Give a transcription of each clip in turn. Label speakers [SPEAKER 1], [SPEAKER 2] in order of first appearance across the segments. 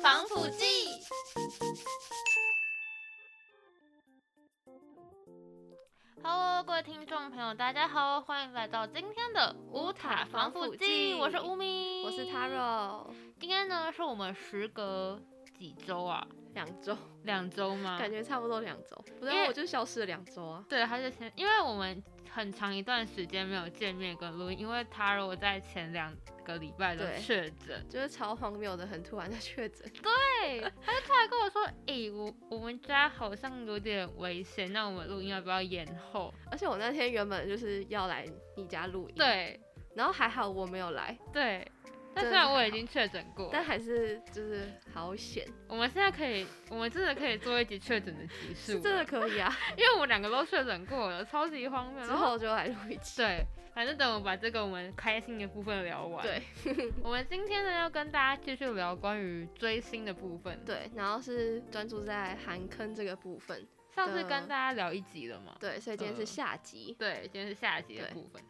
[SPEAKER 1] 防腐剂。Hello，各位听众朋友，大家好，欢迎来到今天的乌塔防腐剂，我是乌咪，
[SPEAKER 2] 我是 Taro，
[SPEAKER 1] 今天呢，是我们时隔几周啊，
[SPEAKER 2] 两周，
[SPEAKER 1] 两周吗？
[SPEAKER 2] 感觉差不多两周，不
[SPEAKER 1] 因为
[SPEAKER 2] 然我就消失了两周啊。
[SPEAKER 1] 对，他就前，因为我们很长一段时间没有见面跟录音，因为 Taro 在前两个礼拜的
[SPEAKER 2] 对
[SPEAKER 1] 确诊，
[SPEAKER 2] 就是超荒谬的，很突然的确诊，
[SPEAKER 1] 对，他就突然跟我说：“诶、我我们家好像有点危险，那我们录音要不要延后
[SPEAKER 2] 而且我那天原本就是要来你家录？”音，，
[SPEAKER 1] 对
[SPEAKER 2] 然后还好我没有来，
[SPEAKER 1] 对，但虽
[SPEAKER 2] 真的
[SPEAKER 1] 然我
[SPEAKER 2] 还
[SPEAKER 1] 已经确诊过，
[SPEAKER 2] 但还是就是好险，
[SPEAKER 1] 我们现在可以，我们真的可以做一集确诊的集数
[SPEAKER 2] 是
[SPEAKER 1] 了，
[SPEAKER 2] 真的 可以啊。
[SPEAKER 1] 因为我们两个都确诊过了，超级荒谬。
[SPEAKER 2] 之
[SPEAKER 1] 然后
[SPEAKER 2] 后就来录一期，
[SPEAKER 1] 对，反正等我把这个我们开心的部分聊完。
[SPEAKER 2] 对，
[SPEAKER 1] 我们今天呢要跟大家继续聊关于追星的部分。，
[SPEAKER 2] 对，然后是专注在韩坑这个部分，
[SPEAKER 1] 上次
[SPEAKER 2] 的
[SPEAKER 1] 跟大家聊一集了嘛？
[SPEAKER 2] 对，所以今天
[SPEAKER 1] 嗯
[SPEAKER 2] 是下集，
[SPEAKER 1] 对，今天是下集的
[SPEAKER 2] 对
[SPEAKER 1] 部分。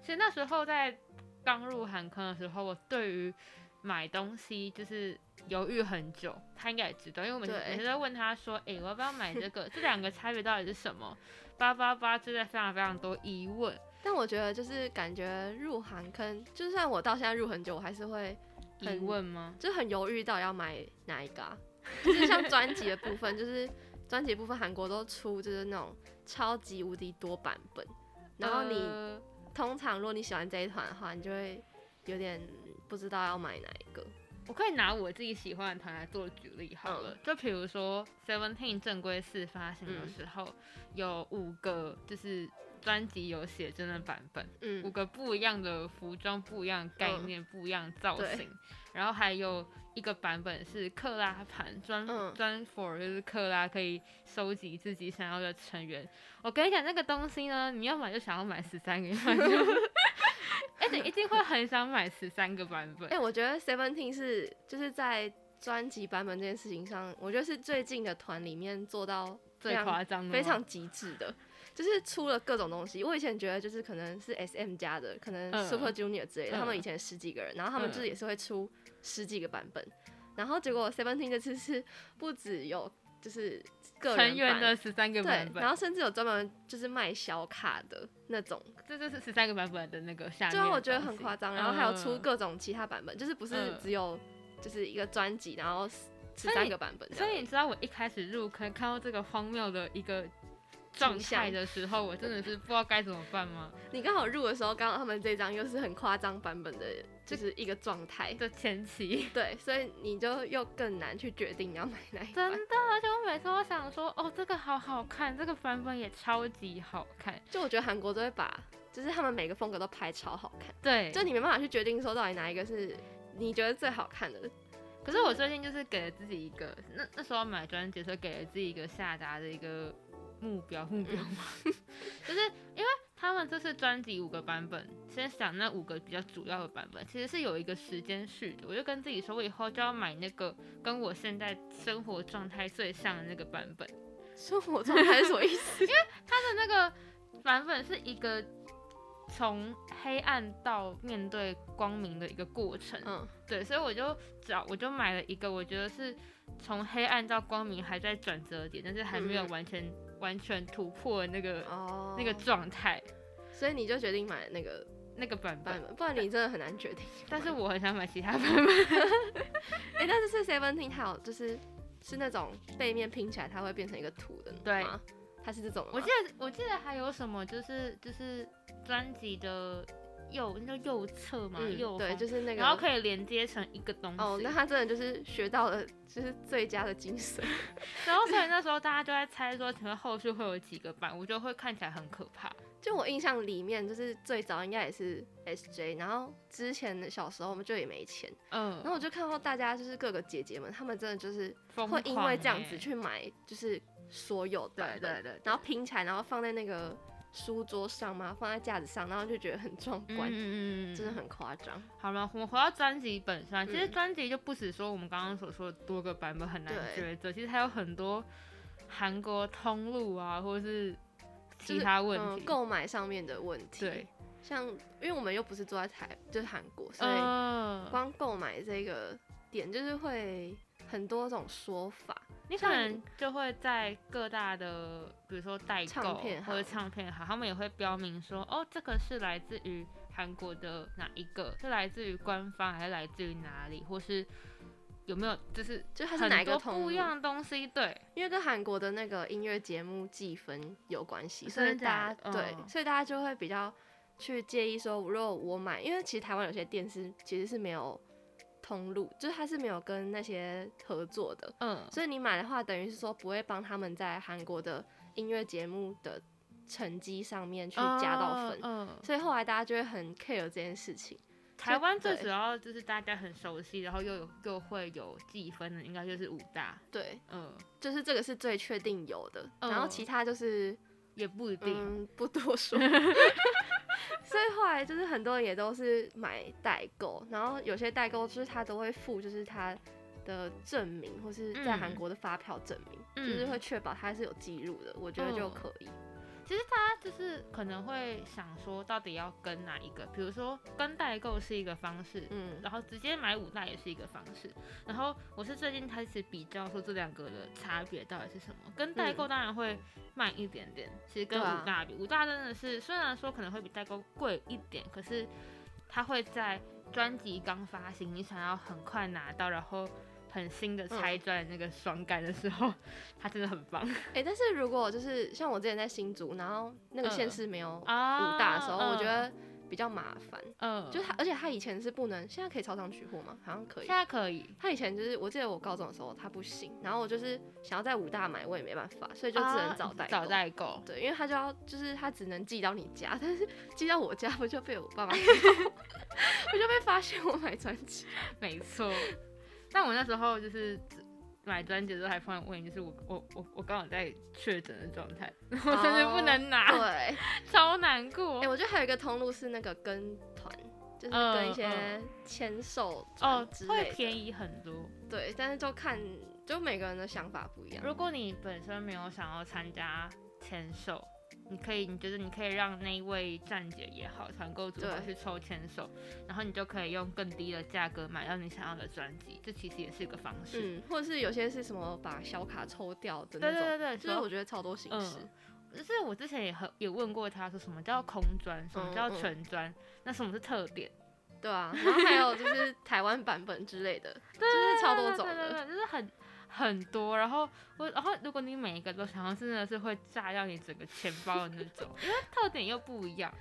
[SPEAKER 1] 其实那时候在刚入韩坑的时候，我对于买东西就是犹豫很久。他应该也知道，因为我每次
[SPEAKER 2] 对
[SPEAKER 1] 每次都问他说：“诶，我要不要买这个？这两个差别到底是什么？”叭叭叭，就在非常非常多疑问。
[SPEAKER 2] 但我觉得就是感觉入韩坑，就算我到现在入很久，我还是会
[SPEAKER 1] 疑
[SPEAKER 2] 很
[SPEAKER 1] 问吗？
[SPEAKER 2] 就很犹豫到底要买哪一个、啊，就是像专辑的部分，就是专辑的部分韩国都出就是那种超级无敌多版本，然后你、
[SPEAKER 1] 呃
[SPEAKER 2] 通常如果你喜欢这一团的话，你就会有点不知道要买哪一个，
[SPEAKER 1] 我可以拿我自己喜欢的团来做举例好了，就比如说 Seventeen 正规四发行的
[SPEAKER 2] 嗯
[SPEAKER 1] 时候，有五个就是专辑有写真的版本，五
[SPEAKER 2] 嗯，
[SPEAKER 1] 个不一样的服装、不一样的概念、不一样的造型，然后还有一个版本是克拉盘专
[SPEAKER 2] 嗯
[SPEAKER 1] 专 for 就是克拉可以收集自己想要的成员。我跟你讲，那个东西呢，你要买就想要买十三个，要买 就而且一定会很想买十三个版本
[SPEAKER 2] 哎、。我觉得 Seventeen 是就是在专辑版本这件事情上，我觉得是最近的团里面做到非
[SPEAKER 1] 最
[SPEAKER 2] 常
[SPEAKER 1] 夸张的吗，
[SPEAKER 2] 非常极致的，就是出了各种东西。我以前觉得就是可能是 S M 家的，可能
[SPEAKER 1] 嗯
[SPEAKER 2] Super Junior 之类
[SPEAKER 1] 嗯
[SPEAKER 2] 的，他们以前十几个人，然后他们就是也是会出十几个版本。然后结果 Seventeen 这次是不只有就是个
[SPEAKER 1] 成
[SPEAKER 2] 人
[SPEAKER 1] 员
[SPEAKER 2] 版
[SPEAKER 1] 的十三个版
[SPEAKER 2] 对，然
[SPEAKER 1] 本，
[SPEAKER 2] 后甚至有专门就是卖小卡的那种，
[SPEAKER 1] 这就是十三个版本的那个下面的东西。
[SPEAKER 2] 就让我觉得很夸张。然后还有出
[SPEAKER 1] 嗯
[SPEAKER 2] 各种其他版本，就是不是
[SPEAKER 1] 嗯
[SPEAKER 2] 只有就是一个专辑，然后十
[SPEAKER 1] 所以
[SPEAKER 2] 三
[SPEAKER 1] 你
[SPEAKER 2] 个版本这
[SPEAKER 1] 所
[SPEAKER 2] 样。
[SPEAKER 1] 以你知道我一开始入坑看到这个荒谬的一个状态的时候，我真的是不知道该怎么办 吗？
[SPEAKER 2] 你刚好入的时候，刚好他们这张又是很夸张版本的，就是一个状态。
[SPEAKER 1] 就前期
[SPEAKER 2] 对，所以你就又更难去决定你要买哪一
[SPEAKER 1] 真
[SPEAKER 2] 款。
[SPEAKER 1] 的，而且我每次都想说，哦，这个好好看，这个版本也超级好看，
[SPEAKER 2] 就我觉得韩国都会把，就是他们每个风格都拍超好看，
[SPEAKER 1] 对。
[SPEAKER 2] 就你没办法去决定说到底哪一个是你觉得最好看 的。
[SPEAKER 1] 可是我最近就是给了自己一个，那那时候买专辑的时候给了自己一个下达的一个目标目标嘛， 就是因为他们这次专辑五个版本，先想那五个比较主要的版本，其实是有一个时间序的。我就跟自己说，我以后就要买那个跟我现在生活状态最像的那个版本。
[SPEAKER 2] 生活状态是什么意 思？
[SPEAKER 1] 它的那个版本是一个从黑暗到面对光明的一个过程，
[SPEAKER 2] 嗯，
[SPEAKER 1] 对，所以我就找我就买了一个，我觉得是从黑暗到光明还在转折点，但是还没有
[SPEAKER 2] 嗯嗯
[SPEAKER 1] 完全、完全突破那个、
[SPEAKER 2] 哦，
[SPEAKER 1] 那个，状态
[SPEAKER 2] 所以你就决定买那个
[SPEAKER 1] 那个版
[SPEAKER 2] 版
[SPEAKER 1] 本。
[SPEAKER 2] 本，不然你真的很难 决定。
[SPEAKER 1] 但是我很想买其他版本，
[SPEAKER 2] 哎、但是是 Seventeen 还有就是是那种背面拼起来它会变成一个图的，
[SPEAKER 1] 对
[SPEAKER 2] 吗，它是这种的吗，
[SPEAKER 1] 我记得我记得还有什么就是就是专辑的右那叫右侧嘛、右
[SPEAKER 2] 嗯，对，
[SPEAKER 1] 方
[SPEAKER 2] 就是那个，
[SPEAKER 1] 然后可以连接成一个东西。
[SPEAKER 2] 哦，那他真的就是学到了就是最佳的精髓。
[SPEAKER 1] 然后所以那时候大家就在猜说，请问后续会有几个版？我就会看起来很可怕。
[SPEAKER 2] 就我印象里面，就是最早应该也是 SJ，然后之前的小时候我们就也没钱，
[SPEAKER 1] 嗯，
[SPEAKER 2] 然后我就看到大家就是各个姐姐们，她们真的就是
[SPEAKER 1] 疯
[SPEAKER 2] 会因
[SPEAKER 1] 狂
[SPEAKER 2] 为这样
[SPEAKER 1] 欸
[SPEAKER 2] 子去买，就是所有的
[SPEAKER 1] 对
[SPEAKER 2] 版
[SPEAKER 1] 对
[SPEAKER 2] 本，
[SPEAKER 1] 对，
[SPEAKER 2] 然后拼起来，然后放在那个书桌上嘛，放在架子上，然后就觉得很壮
[SPEAKER 1] 嗯
[SPEAKER 2] 观，
[SPEAKER 1] 嗯嗯嗯，
[SPEAKER 2] 真的很夸张。
[SPEAKER 1] 好了，我们回到专辑本身，啊其实
[SPEAKER 2] 嗯
[SPEAKER 1] 专辑就不止说我们刚刚所说的多个版本很难
[SPEAKER 2] 对
[SPEAKER 1] 抉择，其实还有很多韩国通路啊，或者是
[SPEAKER 2] 就
[SPEAKER 1] 其
[SPEAKER 2] 是
[SPEAKER 1] 他问
[SPEAKER 2] 嗯，
[SPEAKER 1] 题。
[SPEAKER 2] 购买上面的问题，
[SPEAKER 1] 对，，
[SPEAKER 2] 像因为我们又不是住在台，就是韩国，所以
[SPEAKER 1] 嗯，
[SPEAKER 2] 光购买这个点就是会很多种说法，
[SPEAKER 1] 你可能就会在各大的，比如说代购
[SPEAKER 2] 唱片行
[SPEAKER 1] 或者唱片行，他们也会标明说，哦，这个是来自于韩国的哪一个，是来自于官方还是来自于哪里，或是有没有就是
[SPEAKER 2] 就它是哪
[SPEAKER 1] 很
[SPEAKER 2] 一个
[SPEAKER 1] 多
[SPEAKER 2] 通
[SPEAKER 1] 不
[SPEAKER 2] 路
[SPEAKER 1] 一，样的东西，对，
[SPEAKER 2] 因为跟韩国的那个音乐节目计分有关系，所以
[SPEAKER 1] 哦真的假的
[SPEAKER 2] 大家对，
[SPEAKER 1] 嗯
[SPEAKER 2] 所以大家就会比较去介意说，如果我买，因为其实台湾有些店是其实是没有通路，就是它是没有跟那些合作的，
[SPEAKER 1] 嗯，
[SPEAKER 2] 所以你买的话，等于是说不会帮他们在韩国的音乐节目的成绩上面去加到分，
[SPEAKER 1] 嗯，嗯
[SPEAKER 2] 所以后来大家就会很 care 这件事情。
[SPEAKER 1] 台湾最
[SPEAKER 2] 对
[SPEAKER 1] 主要就是大家很熟悉，然后又有又会有计分的，应该就是五大，
[SPEAKER 2] 对，
[SPEAKER 1] 嗯，
[SPEAKER 2] 就是这个是最确定有的，
[SPEAKER 1] 嗯
[SPEAKER 2] 然后其他就是
[SPEAKER 1] 也不一定，
[SPEAKER 2] 嗯 不多说。 所以后来就是很多人也都是买代购，然后有些代购就是他都会附就是他的证明或是在
[SPEAKER 1] 嗯
[SPEAKER 2] 韩国的发票证明，
[SPEAKER 1] 嗯
[SPEAKER 2] 就是会确保他是有记录的，我觉得就
[SPEAKER 1] 嗯
[SPEAKER 2] 可以。
[SPEAKER 1] 他就是可能会想说，到底要跟哪一个？比如说跟代购是一个方式，
[SPEAKER 2] 嗯
[SPEAKER 1] 然后直接买五大也是一个方式。然后我是最近开始比较说这两个的差别到底是什么。跟代购当然会慢一点点，其实跟
[SPEAKER 2] 嗯对啊
[SPEAKER 1] 五大比，五大真的是虽然说可能会比代购贵一点，可是它会在专辑刚发行，你想要很快拿到，然后。很新的
[SPEAKER 2] 嗯
[SPEAKER 1] 拆专的那个爽感的时候，它真的很棒
[SPEAKER 2] 哎、但是如果就是像我之前在新竹，然后那个县市没有五
[SPEAKER 1] 嗯啊
[SPEAKER 2] 大的时候，我觉，得比较麻烦。
[SPEAKER 1] 嗯，
[SPEAKER 2] 就他，而且他以前是不能，现在可以超商取货吗？好像可以
[SPEAKER 1] 现。在可以，
[SPEAKER 2] 他以前就是，我记得我高中的时候他不行，然后我就是想要在武大买，我也没办法，所以就只能找代
[SPEAKER 1] 啊
[SPEAKER 2] 购。
[SPEAKER 1] 找代购。
[SPEAKER 2] 对，因为他就要，就是他只能寄到你家，但是寄到我家我就被我爸妈 知道，我就被发现我买专 辑。
[SPEAKER 1] 没错。但我那时候就是买专辑的时候还碰到问题，就是我我我我刚好在确诊的状态，然后甚至不能拿
[SPEAKER 2] 对，哎、
[SPEAKER 1] 超难过。
[SPEAKER 2] 我觉得还有一个通路是那个跟团，就是
[SPEAKER 1] 嗯
[SPEAKER 2] 跟一些
[SPEAKER 1] 嗯
[SPEAKER 2] 签售
[SPEAKER 1] 哦
[SPEAKER 2] 团之，类
[SPEAKER 1] 会
[SPEAKER 2] 的。
[SPEAKER 1] 便宜很多。
[SPEAKER 2] 对，但是就看就每个人的想法不一样。
[SPEAKER 1] 如果你本身没有想要参加签售，你可以，你觉得你可以让那一位站姐也好，团购组好去
[SPEAKER 2] 对
[SPEAKER 1] 抽签售，然后你就可以用更低的价格买到你想要的专辑，这其实也是一个方式。
[SPEAKER 2] 嗯，或者是有些是什么把小卡抽掉的那
[SPEAKER 1] 对
[SPEAKER 2] 种，
[SPEAKER 1] 对对对，
[SPEAKER 2] 就是我觉得超多形式。
[SPEAKER 1] 嗯就是我之前也很也问过他说什么叫空专，什么叫全专，那什么是特点？
[SPEAKER 2] 对啊，然后还有就是台湾版本之类的，就是超多种
[SPEAKER 1] 对啊对
[SPEAKER 2] 的。
[SPEAKER 1] 对，就是很很多。然后我，然后如果你每一个都想要，真的是会炸掉你整个钱包的那种，因为特点又不一样。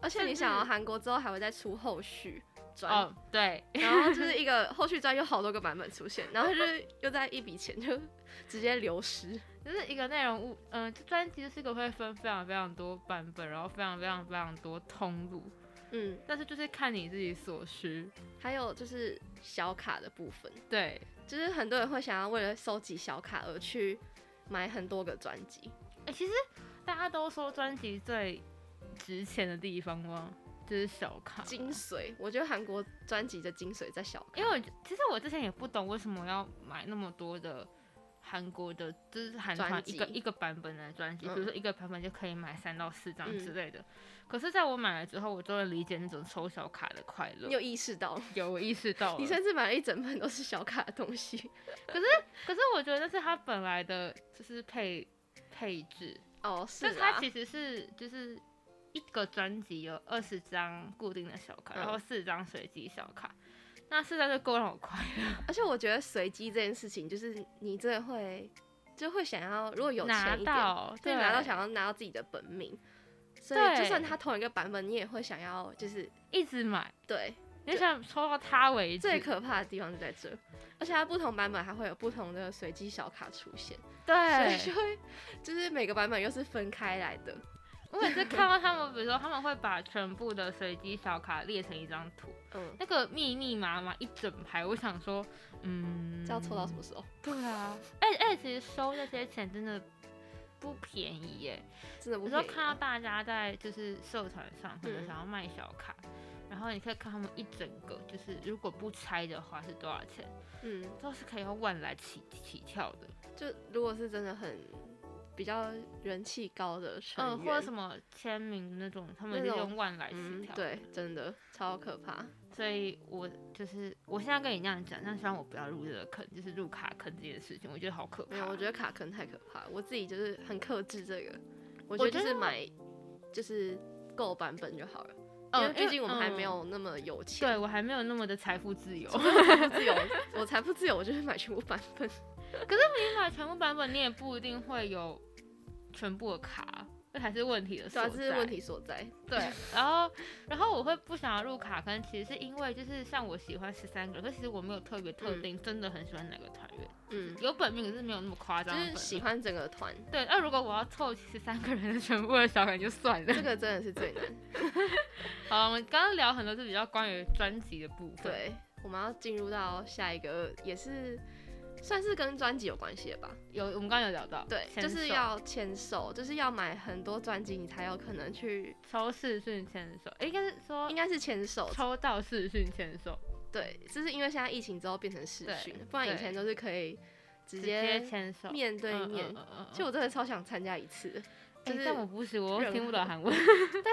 [SPEAKER 2] 而且你想要韩国之后还会再出后续专，
[SPEAKER 1] 哦，对，
[SPEAKER 2] 然后就是一个后续专有好多个版本出现，然后就是又在一笔钱就直接流失。
[SPEAKER 1] 就是一个内容物，嗯、这专辑就是一个会分非常非常多版本，然后非常非常非常多通路，
[SPEAKER 2] 嗯，
[SPEAKER 1] 但是就是看你自己所需。
[SPEAKER 2] 还有就是小卡的部分，
[SPEAKER 1] 对，
[SPEAKER 2] 就是很多人会想要为了收集小卡而去买很多个专辑。
[SPEAKER 1] 哎、其实大家都说专辑最值钱的地方吗？就是小卡。
[SPEAKER 2] 精髓，我觉得韩国专辑的精髓在小卡，
[SPEAKER 1] 因为我觉其实我之前也不懂为什么要买那么多的韩国的，就是韩团
[SPEAKER 2] 专辑
[SPEAKER 1] 一个一个版本的专辑，
[SPEAKER 2] 嗯
[SPEAKER 1] 比如说一个版本就可以买三到四张
[SPEAKER 2] 嗯
[SPEAKER 1] 之类的。可是在我买了之后，我终于理解那种抽小卡的快乐
[SPEAKER 2] 你，有意识到，
[SPEAKER 1] 有我意识到了。
[SPEAKER 2] 你甚至买了一整本都是小卡的东西。
[SPEAKER 1] 可是我觉得那是它本来的，就是配配置，
[SPEAKER 2] 哦，是
[SPEAKER 1] 就是它
[SPEAKER 2] 啦，
[SPEAKER 1] 其实是就是一个专辑有二十张固定的小卡，
[SPEAKER 2] 嗯
[SPEAKER 1] 然后四张随机小卡，那四张就够让我快乐。
[SPEAKER 2] 而且我觉得随机这件事情，就是你真的会就会想要，如果有
[SPEAKER 1] 拿
[SPEAKER 2] 钱一点，
[SPEAKER 1] 到，
[SPEAKER 2] 对，拿到想要拿到自己的本命，所以就
[SPEAKER 1] 对
[SPEAKER 2] 算它同一个版本，你也会想要，就是
[SPEAKER 1] 一直买。
[SPEAKER 2] 对，
[SPEAKER 1] 你想抽到它为止，
[SPEAKER 2] 最可怕的地方就在这，而且它不同版本还会有不同的随机小卡出现，所以
[SPEAKER 1] 对
[SPEAKER 2] 就。 会就是每个版本又是分开来的，
[SPEAKER 1] 我每次看到他们，比如说他们会把全部的随机小卡列成一张图，
[SPEAKER 2] 嗯，
[SPEAKER 1] 那个密密麻麻一整排，我想说，嗯，
[SPEAKER 2] 这要抽到什么？时候？
[SPEAKER 1] 对啊，哎哎，其实收这些钱真的不便宜耶。
[SPEAKER 2] 真的不
[SPEAKER 1] 有时候
[SPEAKER 2] 便宜
[SPEAKER 1] 看到
[SPEAKER 2] 啊。
[SPEAKER 1] 大家在就是社团上可能
[SPEAKER 2] 嗯
[SPEAKER 1] 想要卖小卡，然后你可以看他们一整个，就是如果不拆的话是多少钱，
[SPEAKER 2] 嗯，
[SPEAKER 1] 都是可以用万来起起跳的。
[SPEAKER 2] 就如果是真的很比较人气高的成
[SPEAKER 1] 嗯，
[SPEAKER 2] 员，
[SPEAKER 1] 或者什么签名那种，他们
[SPEAKER 2] 那
[SPEAKER 1] 是
[SPEAKER 2] 种
[SPEAKER 1] 用万来起
[SPEAKER 2] 嗯
[SPEAKER 1] 跳，，
[SPEAKER 2] 对，真的超可怕。
[SPEAKER 1] 所以我就是我现在跟你那样讲，但希望我不要入这个坑，就是入卡坑这件事情，我觉得好可怕。
[SPEAKER 2] 没有，我觉得卡坑太可怕了，我自己就是很克制这个，我
[SPEAKER 1] 我
[SPEAKER 2] 觉得就
[SPEAKER 1] 觉
[SPEAKER 2] 是买就是够版本就好了，
[SPEAKER 1] 嗯，
[SPEAKER 2] 因为毕竟我们还
[SPEAKER 1] 嗯
[SPEAKER 2] 没有那么有钱，
[SPEAKER 1] 对我还没有那么的财富自由。
[SPEAKER 2] 不自由， 我财富自由，我就是买全部版 本。
[SPEAKER 1] 你买全部版本，你也不一定会有全部的卡，这才是问题的
[SPEAKER 2] 对
[SPEAKER 1] 所
[SPEAKER 2] 啊，
[SPEAKER 1] 在。
[SPEAKER 2] 这是问题所在。
[SPEAKER 1] 对，然后然后我会不想要入卡坑，其实是因为就是像我喜欢十三个，可是其实我没有特别特定、真的很喜欢哪个团员，
[SPEAKER 2] 嗯，
[SPEAKER 1] 有本命可是没有那么夸
[SPEAKER 2] 就
[SPEAKER 1] 张的本
[SPEAKER 2] 是
[SPEAKER 1] 命。
[SPEAKER 2] 喜欢整个团，
[SPEAKER 1] 对，那如果我要凑十三个人的全部的小感就算了
[SPEAKER 2] 这。个真的是最难。
[SPEAKER 1] 好，我们刚刚聊很多是比较关于专辑的部分。，
[SPEAKER 2] 对，我们要进入到下一个，也是算是跟专辑有关系的吧。
[SPEAKER 1] 有我们刚刚有聊到，
[SPEAKER 2] 对，
[SPEAKER 1] 签
[SPEAKER 2] 就是
[SPEAKER 1] 售
[SPEAKER 2] 要签售，就是要买很多专辑，你才有可能去，
[SPEAKER 1] 抽视讯签售，诶应该是说
[SPEAKER 2] 应该是签售。
[SPEAKER 1] 抽到视讯签售，
[SPEAKER 2] 对，就是因为现在疫情之后变成视
[SPEAKER 1] 对
[SPEAKER 2] 讯，不然以前都是可以直
[SPEAKER 1] 直
[SPEAKER 2] 接
[SPEAKER 1] 接签售。
[SPEAKER 2] 面对面。
[SPEAKER 1] 嗯嗯嗯嗯嗯
[SPEAKER 2] 其实我真的超想参加一次，
[SPEAKER 1] 欸
[SPEAKER 2] 就是
[SPEAKER 1] 但我不是，我
[SPEAKER 2] 任
[SPEAKER 1] 听不
[SPEAKER 2] 何
[SPEAKER 1] 懂韩文
[SPEAKER 2] 但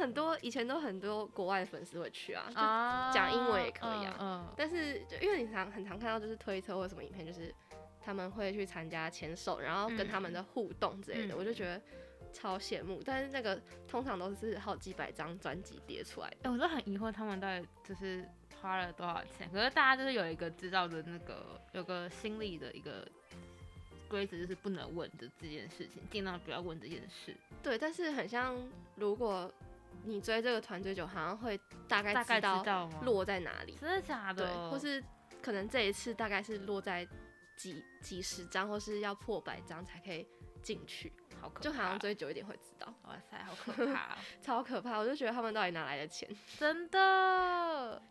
[SPEAKER 2] 很多以前都很多国外的粉丝会去 啊，就
[SPEAKER 1] 啊
[SPEAKER 2] 讲英文也可以啊
[SPEAKER 1] 嗯，
[SPEAKER 2] 但是就因为你常很常看到就是推特或者什么影片，就是他们会去参加签售，然后跟他们的互动之类的，
[SPEAKER 1] 嗯
[SPEAKER 2] 我就觉得超羡慕。但是那个通常都是好几百张专辑叠出来的，
[SPEAKER 1] 哎、我都很疑惑他们到底就是花了多少钱。可是大家就是有一个知道的那个有个心理的一个规则，就是不能问的这件事情，尽量不要问这件事。
[SPEAKER 2] 对。但是很像如果你追这个团队久，好像会大概
[SPEAKER 1] 大概
[SPEAKER 2] 知道
[SPEAKER 1] 知道吗？
[SPEAKER 2] 落在哪里，
[SPEAKER 1] 真的假
[SPEAKER 2] 对，
[SPEAKER 1] 的？
[SPEAKER 2] 或是可能这一次大概是落在几几十张，或是要破百张才可以进去，
[SPEAKER 1] 好可怕，
[SPEAKER 2] 就好像追久一点会知道，
[SPEAKER 1] 哇塞，好 可怕哦、
[SPEAKER 2] 超可怕。我就觉得他们到底哪来的钱？
[SPEAKER 1] 真的。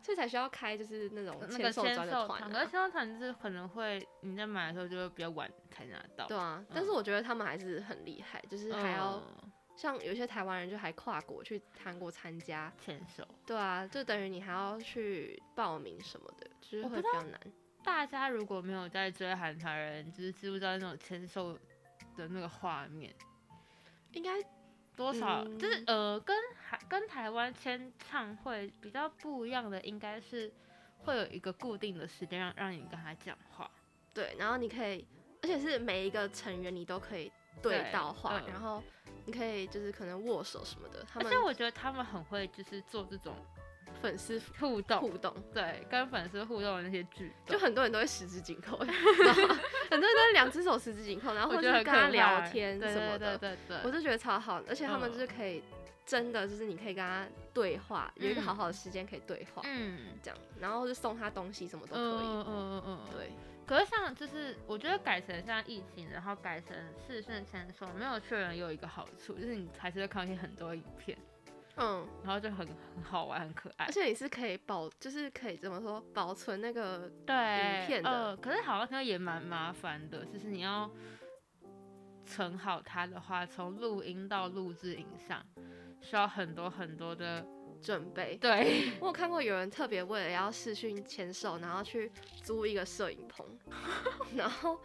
[SPEAKER 2] 所以才需要开就是那种
[SPEAKER 1] 呃那
[SPEAKER 2] 哦签
[SPEAKER 1] 个
[SPEAKER 2] 售
[SPEAKER 1] 签
[SPEAKER 2] 专的
[SPEAKER 1] 售
[SPEAKER 2] 团、
[SPEAKER 1] 团，可是
[SPEAKER 2] 啊
[SPEAKER 1] 签。售团就是可能会你在买的时候就会比较晚才拿到，
[SPEAKER 2] 对啊，但是我觉得他们还是很厉害，就是还要、
[SPEAKER 1] 嗯
[SPEAKER 2] 像有些台湾人就还跨国去韩国参加，
[SPEAKER 1] 签售。
[SPEAKER 2] 对啊，就等于你还要去报名什么的，就是
[SPEAKER 1] 我不
[SPEAKER 2] 会比较难。
[SPEAKER 1] 大家如果没有在追韩团人，就是知不知道那种签售的那个画面，
[SPEAKER 2] 应该
[SPEAKER 1] 多少、
[SPEAKER 2] 嗯
[SPEAKER 1] 就是呃，跟韩跟台湾签唱会比较不一样的，应该是会有一个固定的时间让让你跟他讲话，
[SPEAKER 2] 对，然后你可以，而且是每一个成员你都可以对
[SPEAKER 1] 对
[SPEAKER 2] 到话，
[SPEAKER 1] 嗯
[SPEAKER 2] 然后你可以就是可能握手什么的，他
[SPEAKER 1] 而
[SPEAKER 2] 们
[SPEAKER 1] 且我觉得他们很会就是做这种
[SPEAKER 2] 粉丝
[SPEAKER 1] 互动，
[SPEAKER 2] 互动，
[SPEAKER 1] 对，跟粉丝互动的那些剧，
[SPEAKER 2] 就很多人都会十 指紧扣， 然后很多人都是两只手十指紧扣，然后
[SPEAKER 1] 我
[SPEAKER 2] 或
[SPEAKER 1] 觉得
[SPEAKER 2] 者是
[SPEAKER 1] 很
[SPEAKER 2] 跟他
[SPEAKER 1] 可
[SPEAKER 2] 聊
[SPEAKER 1] 爱
[SPEAKER 2] 天
[SPEAKER 1] 对
[SPEAKER 2] 什么的，
[SPEAKER 1] 对对对
[SPEAKER 2] 我
[SPEAKER 1] 对，
[SPEAKER 2] 就觉得超好，而且他们就是
[SPEAKER 1] 嗯
[SPEAKER 2] 可以真的就是你可以跟他对话，有一个
[SPEAKER 1] 嗯
[SPEAKER 2] 好好的时间可以对话，
[SPEAKER 1] 嗯。
[SPEAKER 2] 这样，然后就送他东西什么都可以。
[SPEAKER 1] 嗯嗯嗯嗯嗯，
[SPEAKER 2] 对，
[SPEAKER 1] 可是像就是，我觉得改成像疫情，然后改成视讯签售，没有去的人也有一个好处，就是你还是会看到一些很多影片，
[SPEAKER 2] 嗯，
[SPEAKER 1] 然后就很很好玩，很 可爱
[SPEAKER 2] 而。且你是可以保，就是可以怎么说保存那个，
[SPEAKER 1] 对，
[SPEAKER 2] 影片的
[SPEAKER 1] 呃，可是好像那也蛮麻烦的，就是你要存好它的话，从录音到录制影像，需要很多很多的。
[SPEAKER 2] 准备。
[SPEAKER 1] 对，
[SPEAKER 2] 我有看过有人特别为了要试训签售，然后去租一个摄影 棚，然后。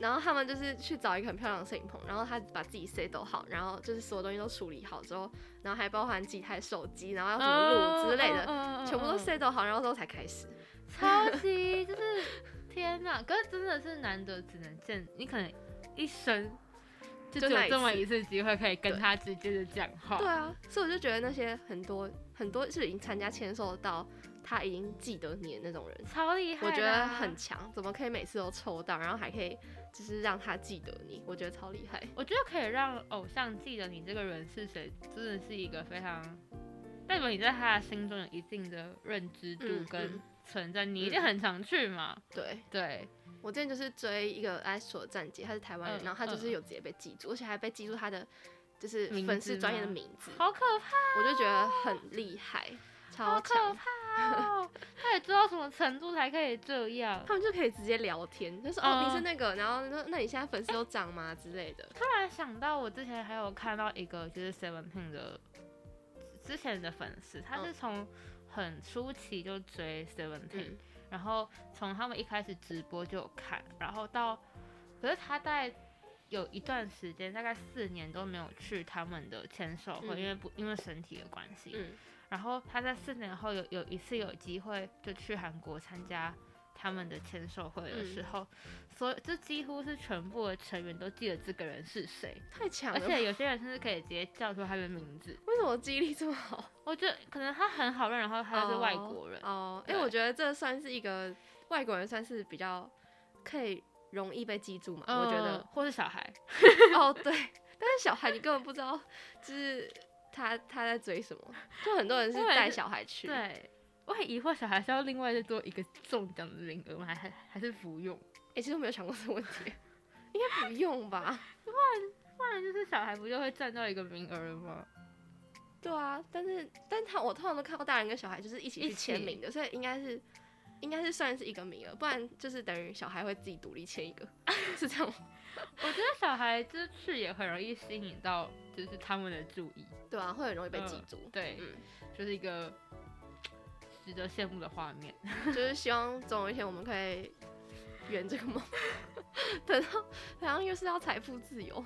[SPEAKER 2] 然后他们就是去找一个很漂亮的摄影棚，然后他把自己 set 好，然后就是所有东西都处理好之后，然后还包含几台手机，然后要怎哦么
[SPEAKER 1] 哦
[SPEAKER 2] 录之类的，
[SPEAKER 1] 的
[SPEAKER 2] 全部都 set 好，然后之后才开始。
[SPEAKER 1] 嗯 超级就是天哪！可是真的是难得只能见，你可能一生就
[SPEAKER 2] 就
[SPEAKER 1] 只有
[SPEAKER 2] 那一
[SPEAKER 1] 这么
[SPEAKER 2] 次
[SPEAKER 1] 一次机会可以跟
[SPEAKER 2] 对
[SPEAKER 1] 他直接的讲话。
[SPEAKER 2] 对啊，所以我就觉得那些很多很多是已经参加签售到他已经记得你的那种人，
[SPEAKER 1] 超厉害
[SPEAKER 2] 我
[SPEAKER 1] 的啊、
[SPEAKER 2] 觉得很强，怎么可以每次都抽到，然后还可以就是让他记得你，我觉得超厉害。
[SPEAKER 1] 我觉得可以让偶像记得你这个人是谁，真的是一个非常代表你在他的心中有一定的认知度
[SPEAKER 2] 嗯
[SPEAKER 1] 跟
[SPEAKER 2] 嗯
[SPEAKER 1] 存在。你一定很常去嘛？
[SPEAKER 2] 对
[SPEAKER 1] 对，
[SPEAKER 2] 我之前就是追一个 i s 的站姐，她是台湾人，
[SPEAKER 1] 嗯
[SPEAKER 2] 然后她就是
[SPEAKER 1] 嗯
[SPEAKER 2] 有直接被记住，而且还被记住她的就是
[SPEAKER 1] 名
[SPEAKER 2] 粉
[SPEAKER 1] 字
[SPEAKER 2] 丝专业的
[SPEAKER 1] 吗
[SPEAKER 2] 名字，
[SPEAKER 1] 好可怕，
[SPEAKER 2] 我就觉得很厉害，超
[SPEAKER 1] 好可
[SPEAKER 2] 强。
[SPEAKER 1] 怕 哦！他也知道什么程度才可以这样。
[SPEAKER 2] 他们就可以直接聊天，就说哦
[SPEAKER 1] 嗯
[SPEAKER 2] 你是那个，然后说那你现在粉丝有涨吗之类的。
[SPEAKER 1] 突然想到，我之前还有看到一个就是 Seventeen 的之前的粉丝，他
[SPEAKER 2] 嗯
[SPEAKER 1] 是从很初期就追 Seventeen，、
[SPEAKER 2] 嗯，
[SPEAKER 1] 然后从他们一开始直播就有看，然后到可是他在有一段时间，大概四年都没有去他们的签售会，
[SPEAKER 2] 嗯
[SPEAKER 1] 因为不因为身体的关系。
[SPEAKER 2] 嗯
[SPEAKER 1] 然后他在四年后有有一次有机会就去韩国参加他们的签售会的
[SPEAKER 2] 嗯
[SPEAKER 1] 时候，所有这几乎是全部的成员都记得这个人是谁，
[SPEAKER 2] 太强
[SPEAKER 1] 而
[SPEAKER 2] 了吧，
[SPEAKER 1] 且有些人甚至可以直接叫出他的名字。
[SPEAKER 2] 为什么记忆力这么好？
[SPEAKER 1] 我觉得可能他很好认，然后他又是
[SPEAKER 2] 哦
[SPEAKER 1] 外国人，
[SPEAKER 2] 哦，因为
[SPEAKER 1] 对
[SPEAKER 2] 我觉得这算是一个外国人，算是比较可以容易被记住嘛。我觉
[SPEAKER 1] 呃
[SPEAKER 2] 得，
[SPEAKER 1] 或是小孩，
[SPEAKER 2] 哦对，但是小孩你根本不知道，就是他他在追什么，就很多人是
[SPEAKER 1] 我也是
[SPEAKER 2] 带小孩去，
[SPEAKER 1] 对。我很疑惑，小孩是要另外再做一个中奖的名额吗？还还还是不用？
[SPEAKER 2] 哎、其实我没有想过这个问题，应该不用吧？
[SPEAKER 1] 不然就是小孩不就会占到一个名额了吗？
[SPEAKER 2] 对啊，但是但他我通常都看到大人跟小孩就是一起
[SPEAKER 1] 一
[SPEAKER 2] 去签
[SPEAKER 1] 起
[SPEAKER 2] 名的，所以应该是应该是算是一个名额，不然就是等于小孩会自己独立签一个， 是这样吗？
[SPEAKER 1] 我觉得小孩这次也很容易吸引到，就是他们的注意。
[SPEAKER 2] 对啊，会很容易被记住。
[SPEAKER 1] 对，
[SPEAKER 2] 嗯
[SPEAKER 1] 就是一个值得羡慕的画面。
[SPEAKER 2] 就是希望总有一天我们可以圆这个梦， 等到好像又是要财富自由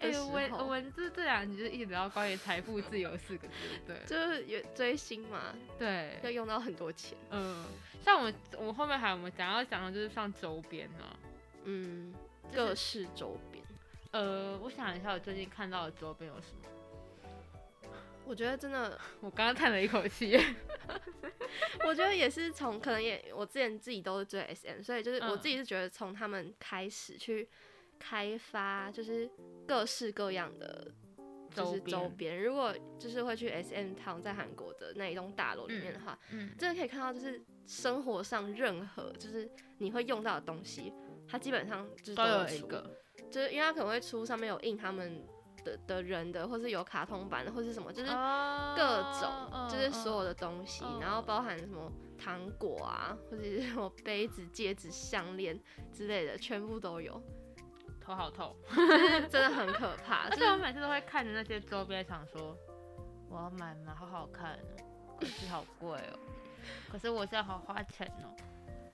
[SPEAKER 1] 哎、
[SPEAKER 2] 的时候，
[SPEAKER 1] 我们我们这这两集就一直聊关于财富自由四个字，对
[SPEAKER 2] 就是有追星嘛，要
[SPEAKER 1] 对，
[SPEAKER 2] 用到很多钱。
[SPEAKER 1] 嗯，像我们我们后面还有我们想要讲的就是上周边啊呢、
[SPEAKER 2] 嗯，
[SPEAKER 1] 就是
[SPEAKER 2] 各式周边，
[SPEAKER 1] 呃，我想一下，我最近看到的周边有什么？
[SPEAKER 2] 我觉得真的，
[SPEAKER 1] 我刚刚叹了一口气。
[SPEAKER 2] 我觉得也是从可能也我之前自己都是追 S M，所以就是
[SPEAKER 1] 嗯
[SPEAKER 2] 我自己是觉得从他们开始去开发，就是各式各样的。 就是
[SPEAKER 1] 周边
[SPEAKER 2] 周边，如果就是会去 S M 堂在韩国的那一栋大楼里面的话，
[SPEAKER 1] 嗯，
[SPEAKER 2] 真的可以看到，就是生活上任何就是你会用到的东西，它基本上就是
[SPEAKER 1] 都有
[SPEAKER 2] 出
[SPEAKER 1] 一，个，
[SPEAKER 2] 就是因为它可能会出上面有印他们的的人的，或是有卡通版的，或是什么，就是各种，
[SPEAKER 1] 哦
[SPEAKER 2] 就是所有的东西，
[SPEAKER 1] 嗯
[SPEAKER 2] 然后包含什么糖果啊，或者是什么杯子、戒指、项链之类的，全部都有，
[SPEAKER 1] 嗯头好痛。
[SPEAKER 2] 就是真的很可怕，
[SPEAKER 1] 而
[SPEAKER 2] 啊就
[SPEAKER 1] 且我
[SPEAKER 2] 是
[SPEAKER 1] 每次都会看着那些周边，想说我要买吗？好好看哦， 可是好贵哦，可是我这样好花钱哦。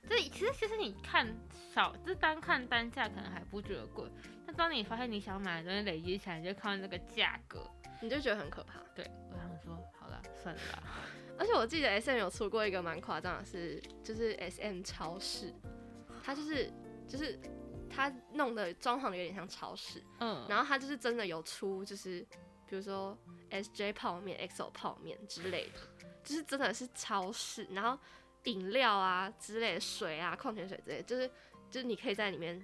[SPEAKER 1] 这其实其实你看少，就单看单价可能还不觉得贵，但当你发现你想买的东西累积起来，你就看到那个价格，
[SPEAKER 2] 你就觉得很可怕。
[SPEAKER 1] 对我想说好了，算了 啦，
[SPEAKER 2] 而且我记得 S M 有出过一个蛮夸张的是，就是 S M 超市，它就是就是它弄的装潢有点像超市，
[SPEAKER 1] 嗯，
[SPEAKER 2] 然后它就是真的有出就是比如说 S J 泡面、XO 泡面之类的，就是真的是超市，然后饮料啊之类的水啊、矿泉水之类的，就是就是你可以在里面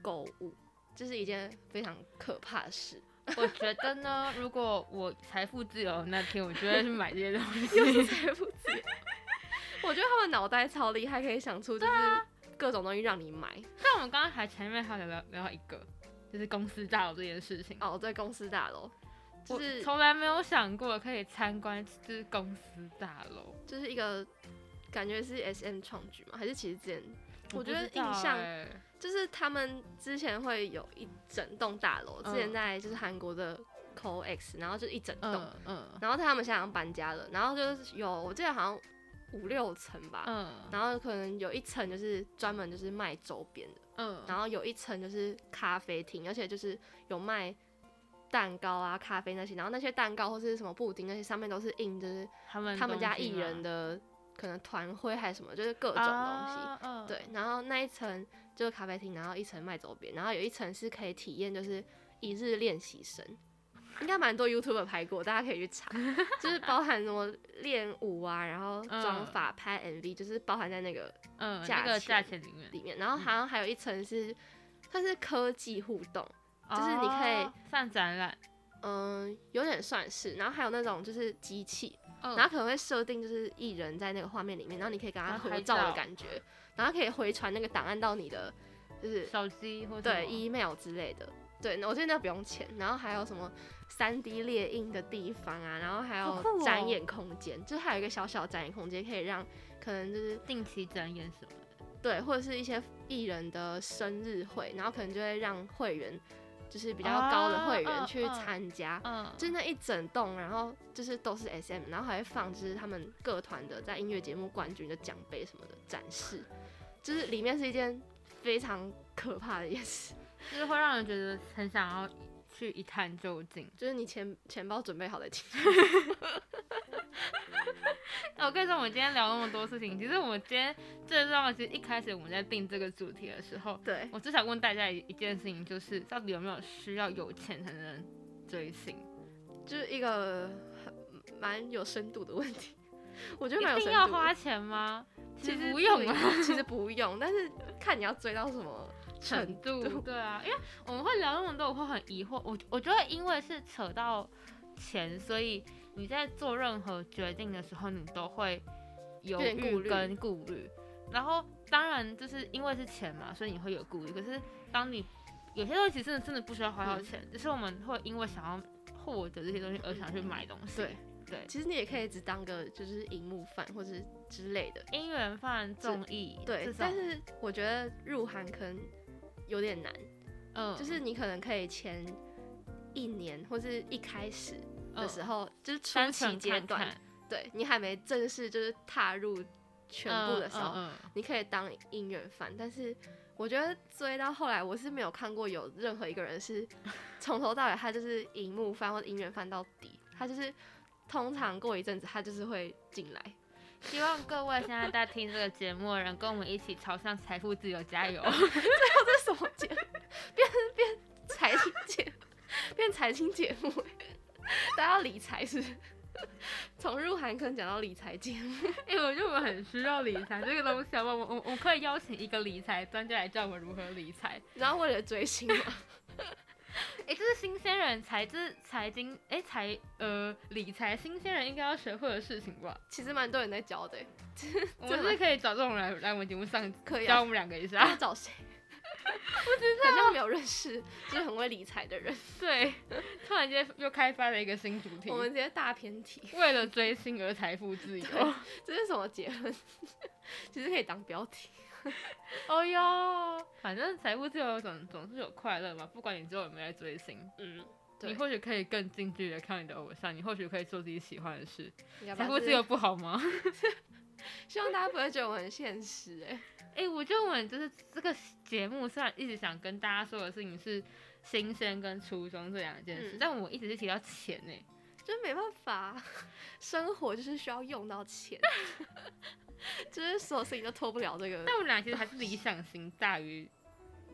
[SPEAKER 2] 购物，这、是一件非常可怕的事。
[SPEAKER 1] 我觉得呢，如果我财富自由那天，我就会去买这些东
[SPEAKER 2] 又是
[SPEAKER 1] 西。
[SPEAKER 2] 财富自由。我觉得他们脑袋超厉害，可以想出就是各种东西让你买。
[SPEAKER 1] 但我们刚刚还前面还有聊聊到一个，就是公司大楼这件事情。
[SPEAKER 2] 哦，对，公司大楼，就
[SPEAKER 1] 我
[SPEAKER 2] 是
[SPEAKER 1] 从来没有想过可以参观就是公司大楼。
[SPEAKER 2] 就是一个感觉是 S M 创举嘛，还是其实之前我
[SPEAKER 1] 不
[SPEAKER 2] 觉得
[SPEAKER 1] 知道
[SPEAKER 2] 印象
[SPEAKER 1] 欸
[SPEAKER 2] 就是他们之前会有一整栋大楼，之前
[SPEAKER 1] 嗯
[SPEAKER 2] 在就是韩国的 COEX，然后就一整栋，
[SPEAKER 1] 嗯嗯
[SPEAKER 2] 然后他们现在好像搬家了，然后就是有我记得好像五六层吧。
[SPEAKER 1] 嗯
[SPEAKER 2] 然后可能有一层就是专门就是卖周边的，
[SPEAKER 1] 嗯，
[SPEAKER 2] 然后有一层就是咖啡厅，而且就是有卖蛋糕啊、咖啡那些，然后那些蛋糕或是什么布丁那些上面都是印就是
[SPEAKER 1] 他们
[SPEAKER 2] 他们家艺人
[SPEAKER 1] 的
[SPEAKER 2] 的可能团徽还是什么，就是各
[SPEAKER 1] 各
[SPEAKER 2] 种东西。
[SPEAKER 1] 嗯
[SPEAKER 2] 对，然后那一层就是咖啡厅，然后一层卖周边，然后有一层是可以体验就是一日练习生，应该蛮多 YouTube 拍过，大家可以去查， 就是包含什么练舞啊，然后妆
[SPEAKER 1] 嗯
[SPEAKER 2] 发、拍 MV，就是包含在那个
[SPEAKER 1] 嗯
[SPEAKER 2] 价
[SPEAKER 1] 那个价
[SPEAKER 2] 钱
[SPEAKER 1] 钱里面，
[SPEAKER 2] 里面。然后好像还有一层是算是科技互动，就是
[SPEAKER 1] 哦
[SPEAKER 2] 你可以
[SPEAKER 1] 上展览，
[SPEAKER 2] 嗯，有点算是，然后还有那种就是机器，
[SPEAKER 1] 嗯
[SPEAKER 2] 然后可能会设定就是艺人在那个画面里面，然后你可以跟他
[SPEAKER 1] 然后
[SPEAKER 2] 合
[SPEAKER 1] 拍
[SPEAKER 2] 照的
[SPEAKER 1] 照
[SPEAKER 2] 感觉，然后可以回传那个档案到你的就是
[SPEAKER 1] 手机或什
[SPEAKER 2] 对
[SPEAKER 1] 么
[SPEAKER 2] email 之类的。对，那我觉得那不用钱。然后还有什么三 D 列印的地方啊，然后还
[SPEAKER 1] 好
[SPEAKER 2] 有
[SPEAKER 1] 酷哦
[SPEAKER 2] 展演空间，就是还有一个小小的展演空间，可以让可能就是
[SPEAKER 1] 定期展演什么的，
[SPEAKER 2] 对，或者是一些艺人的生日会，然后可能就会让会员就是比较高的会
[SPEAKER 1] 啊
[SPEAKER 2] 员
[SPEAKER 1] 啊
[SPEAKER 2] 去
[SPEAKER 1] 啊
[SPEAKER 2] 参加。
[SPEAKER 1] 嗯，
[SPEAKER 2] 就那一整栋，然后就是都是 S M，然后还会放就是他们各团的在音乐节目冠军的奖杯什么的展示，就是里面是一件非常可怕的一件事。
[SPEAKER 1] 就是会让人觉得很想要去一探究竟。
[SPEAKER 2] 就是你钱钱 包准备好再进去。
[SPEAKER 1] 哎，我跟你说，我们今天聊那么多事情，其实我们今天最重要的，其实一开始我们在定这个主题的时候，
[SPEAKER 2] 对，
[SPEAKER 1] 我只想问大家一一件事情，就是到底有没有需要有钱才能追星？
[SPEAKER 2] 就是一个很蛮有深度的问题。我觉得蛮有
[SPEAKER 1] 一
[SPEAKER 2] 深
[SPEAKER 1] 定
[SPEAKER 2] 度的。
[SPEAKER 1] 要花钱吗？
[SPEAKER 2] 其
[SPEAKER 1] 其
[SPEAKER 2] 实
[SPEAKER 1] 实不用啊，
[SPEAKER 2] 啊，其实不用，但是看你要追到什 么程
[SPEAKER 1] 程
[SPEAKER 2] 度。
[SPEAKER 1] 度，对啊，因为我们会聊那么多，我会很疑惑。我我觉得因为是扯到钱，所以你在做任何决定的时候，你都会犹
[SPEAKER 2] 有点顾
[SPEAKER 1] 豫
[SPEAKER 2] 虑
[SPEAKER 1] 跟顾虑。然后当然就是因为是钱嘛，所以你会有顾虑。可是当你有些东西真的真的不需要花
[SPEAKER 2] 嗯
[SPEAKER 1] 到钱，只是我们会因为想要获得这些东西而想去买东西。
[SPEAKER 2] 对
[SPEAKER 1] 对，
[SPEAKER 2] 其实你也可以只当个就是荧幕饭或者之类的，
[SPEAKER 1] 姻缘饭、综艺，这
[SPEAKER 2] 对
[SPEAKER 1] 种。
[SPEAKER 2] 但是我觉得入韩可能有点难，
[SPEAKER 1] 嗯，
[SPEAKER 2] 就是你可能可以前一年或是一开始的时
[SPEAKER 1] 嗯
[SPEAKER 2] 候，就是初
[SPEAKER 1] 单
[SPEAKER 2] 期
[SPEAKER 1] 纯
[SPEAKER 2] 阶
[SPEAKER 1] 看
[SPEAKER 2] 段，
[SPEAKER 1] 看
[SPEAKER 2] 对你还没正式就是踏入全部的时候，
[SPEAKER 1] 嗯嗯嗯
[SPEAKER 2] 你可以当音乐fan，但是我觉得追到后来，我是没有看过有任何一个人 是从头到尾他就是荧幕番或者音乐番到底，他就是通常过一阵子他就是会进来。
[SPEAKER 1] 希望各位现在在听这个节目的人，跟我们一起朝向财富自由加 油！
[SPEAKER 2] 这是什么节目？ 变变财经节目，变财经节目欸，大家要理财是不是？从入韩坑讲到理财节目，
[SPEAKER 1] 因为我觉得我们很需要理财这个东西，好不啊好？我我我可以邀请一个理财专家来教我们如何理财。
[SPEAKER 2] 然后为了追星嘛，
[SPEAKER 1] 哎、这是新鲜人财，这是财经，哎、财呃理财新鲜人应该要学会的事情吧？
[SPEAKER 2] 其实蛮多人在教的欸，
[SPEAKER 1] 我们是不是可以找这种人来来我们节目上
[SPEAKER 2] 可以
[SPEAKER 1] 教
[SPEAKER 2] 啊
[SPEAKER 1] 我。们两个一下。
[SPEAKER 2] 要找谁？我只好像没有认识，就是很会理财的人。
[SPEAKER 1] 对，突然间又开发了一个新主题
[SPEAKER 2] 我，们直接大偏 题，
[SPEAKER 1] 为了追星而财富自由。
[SPEAKER 2] 对 这是什么结论？ 其实可以当标题。
[SPEAKER 1] 哦哟，反正财富自由总总是有快乐嘛，不管你之后有没有在追星，
[SPEAKER 2] 嗯，
[SPEAKER 1] 你
[SPEAKER 2] 对
[SPEAKER 1] 或许可以更近距离的看你的偶像，你或许可以做自己喜欢的事。
[SPEAKER 2] 应该吧
[SPEAKER 1] 财富自由。不好吗？
[SPEAKER 2] 就是希望大家不会觉得我很现实哎、
[SPEAKER 1] 哎、我觉得我们就是这个节目，虽然一直想跟大家说的事情是新鲜跟初衷这两件事，
[SPEAKER 2] 嗯
[SPEAKER 1] 但我一直是提到钱呢、
[SPEAKER 2] 就没办法，生活就是需要用到钱， 就是所有事情都脱不了这个
[SPEAKER 1] 但。我们俩其实还是理想型大于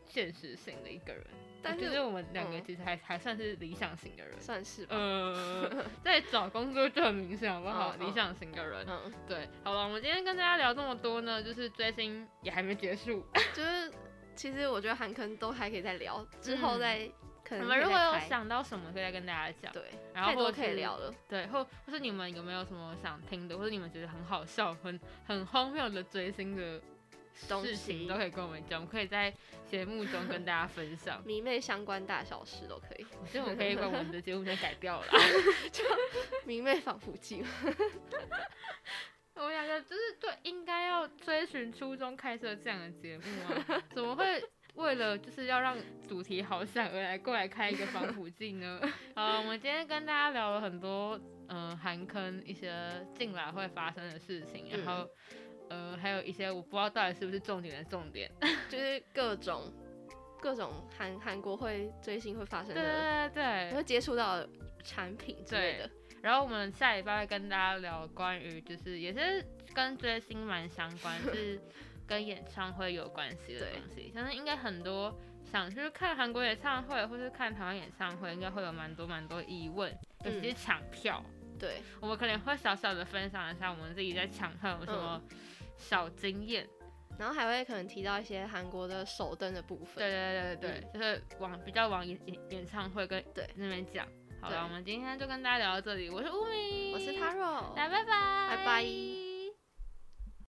[SPEAKER 1] 现实型的一个人，
[SPEAKER 2] 但
[SPEAKER 1] 我觉
[SPEAKER 2] 是
[SPEAKER 1] 得我们两个
[SPEAKER 2] 嗯
[SPEAKER 1] 其实还、还算是理想型的人。
[SPEAKER 2] 算是吧，
[SPEAKER 1] 呃，在找工作就很明显，好不好？
[SPEAKER 2] 嗯嗯
[SPEAKER 1] 理想型的人，
[SPEAKER 2] 嗯，
[SPEAKER 1] 对，好了，我们今天跟大家聊这么多呢，就是追星也还没结束，
[SPEAKER 2] 就是其实我觉得韩坑都还可以再聊，之后
[SPEAKER 1] 嗯
[SPEAKER 2] 再、可
[SPEAKER 1] 我
[SPEAKER 2] 能
[SPEAKER 1] 们
[SPEAKER 2] 可以
[SPEAKER 1] 如果
[SPEAKER 2] 再
[SPEAKER 1] 有
[SPEAKER 2] 开
[SPEAKER 1] 想到什么，可以再跟大家讲。
[SPEAKER 2] 对，
[SPEAKER 1] 然后
[SPEAKER 2] 太多
[SPEAKER 1] 或是
[SPEAKER 2] 可以聊了。
[SPEAKER 1] 对，或或是你们有没有什么想听的，或者你们觉得很好笑、很很荒谬的追星的
[SPEAKER 2] 东
[SPEAKER 1] 事情，
[SPEAKER 2] 西。
[SPEAKER 1] 都可以跟我们讲，我们可以在节目中跟大家分享
[SPEAKER 2] 迷妹相关大小事都可以，
[SPEAKER 1] 我觉得我们可以把我们的节目先改掉了。
[SPEAKER 2] 迷妹仿佛记。
[SPEAKER 1] 我们两个就是对应该要追寻初衷开设这样的节目啊，怎么会为了就是要让主题好想而来过来开一个防腐剂呢？ 好，我们今天跟大家聊了很多，嗯、韩坑一些近来会发生的事情，然后。呃，还有一些我不知道到底是不是重点的重点，
[SPEAKER 2] 就是各种各种韩韩国会追星会发生
[SPEAKER 1] 对
[SPEAKER 2] 的，
[SPEAKER 1] 对对
[SPEAKER 2] 你会接触到的产品之类的。
[SPEAKER 1] 然后我们下礼拜会跟大家聊关于就是也是跟追星蛮相 关，是跟演唱会有关系的东西。相信应该很多想去看韩国演唱会或是看台湾演唱会，应该会有蛮多蛮多疑问，尤其是抢票。
[SPEAKER 2] 对，
[SPEAKER 1] 我们可能会小小的分享一下我们自己在抢票有什么小经验。
[SPEAKER 2] 然后还会可能提到一些韩国的首登的部分。
[SPEAKER 1] 对对对对对，嗯就是往比较往演演演唱会跟
[SPEAKER 2] 对
[SPEAKER 1] 那边讲。好
[SPEAKER 2] 对
[SPEAKER 1] 了，我们今天就跟大家聊到这里。我是乌明，
[SPEAKER 2] 我是 Taro，
[SPEAKER 1] 大家拜拜，
[SPEAKER 2] 拜拜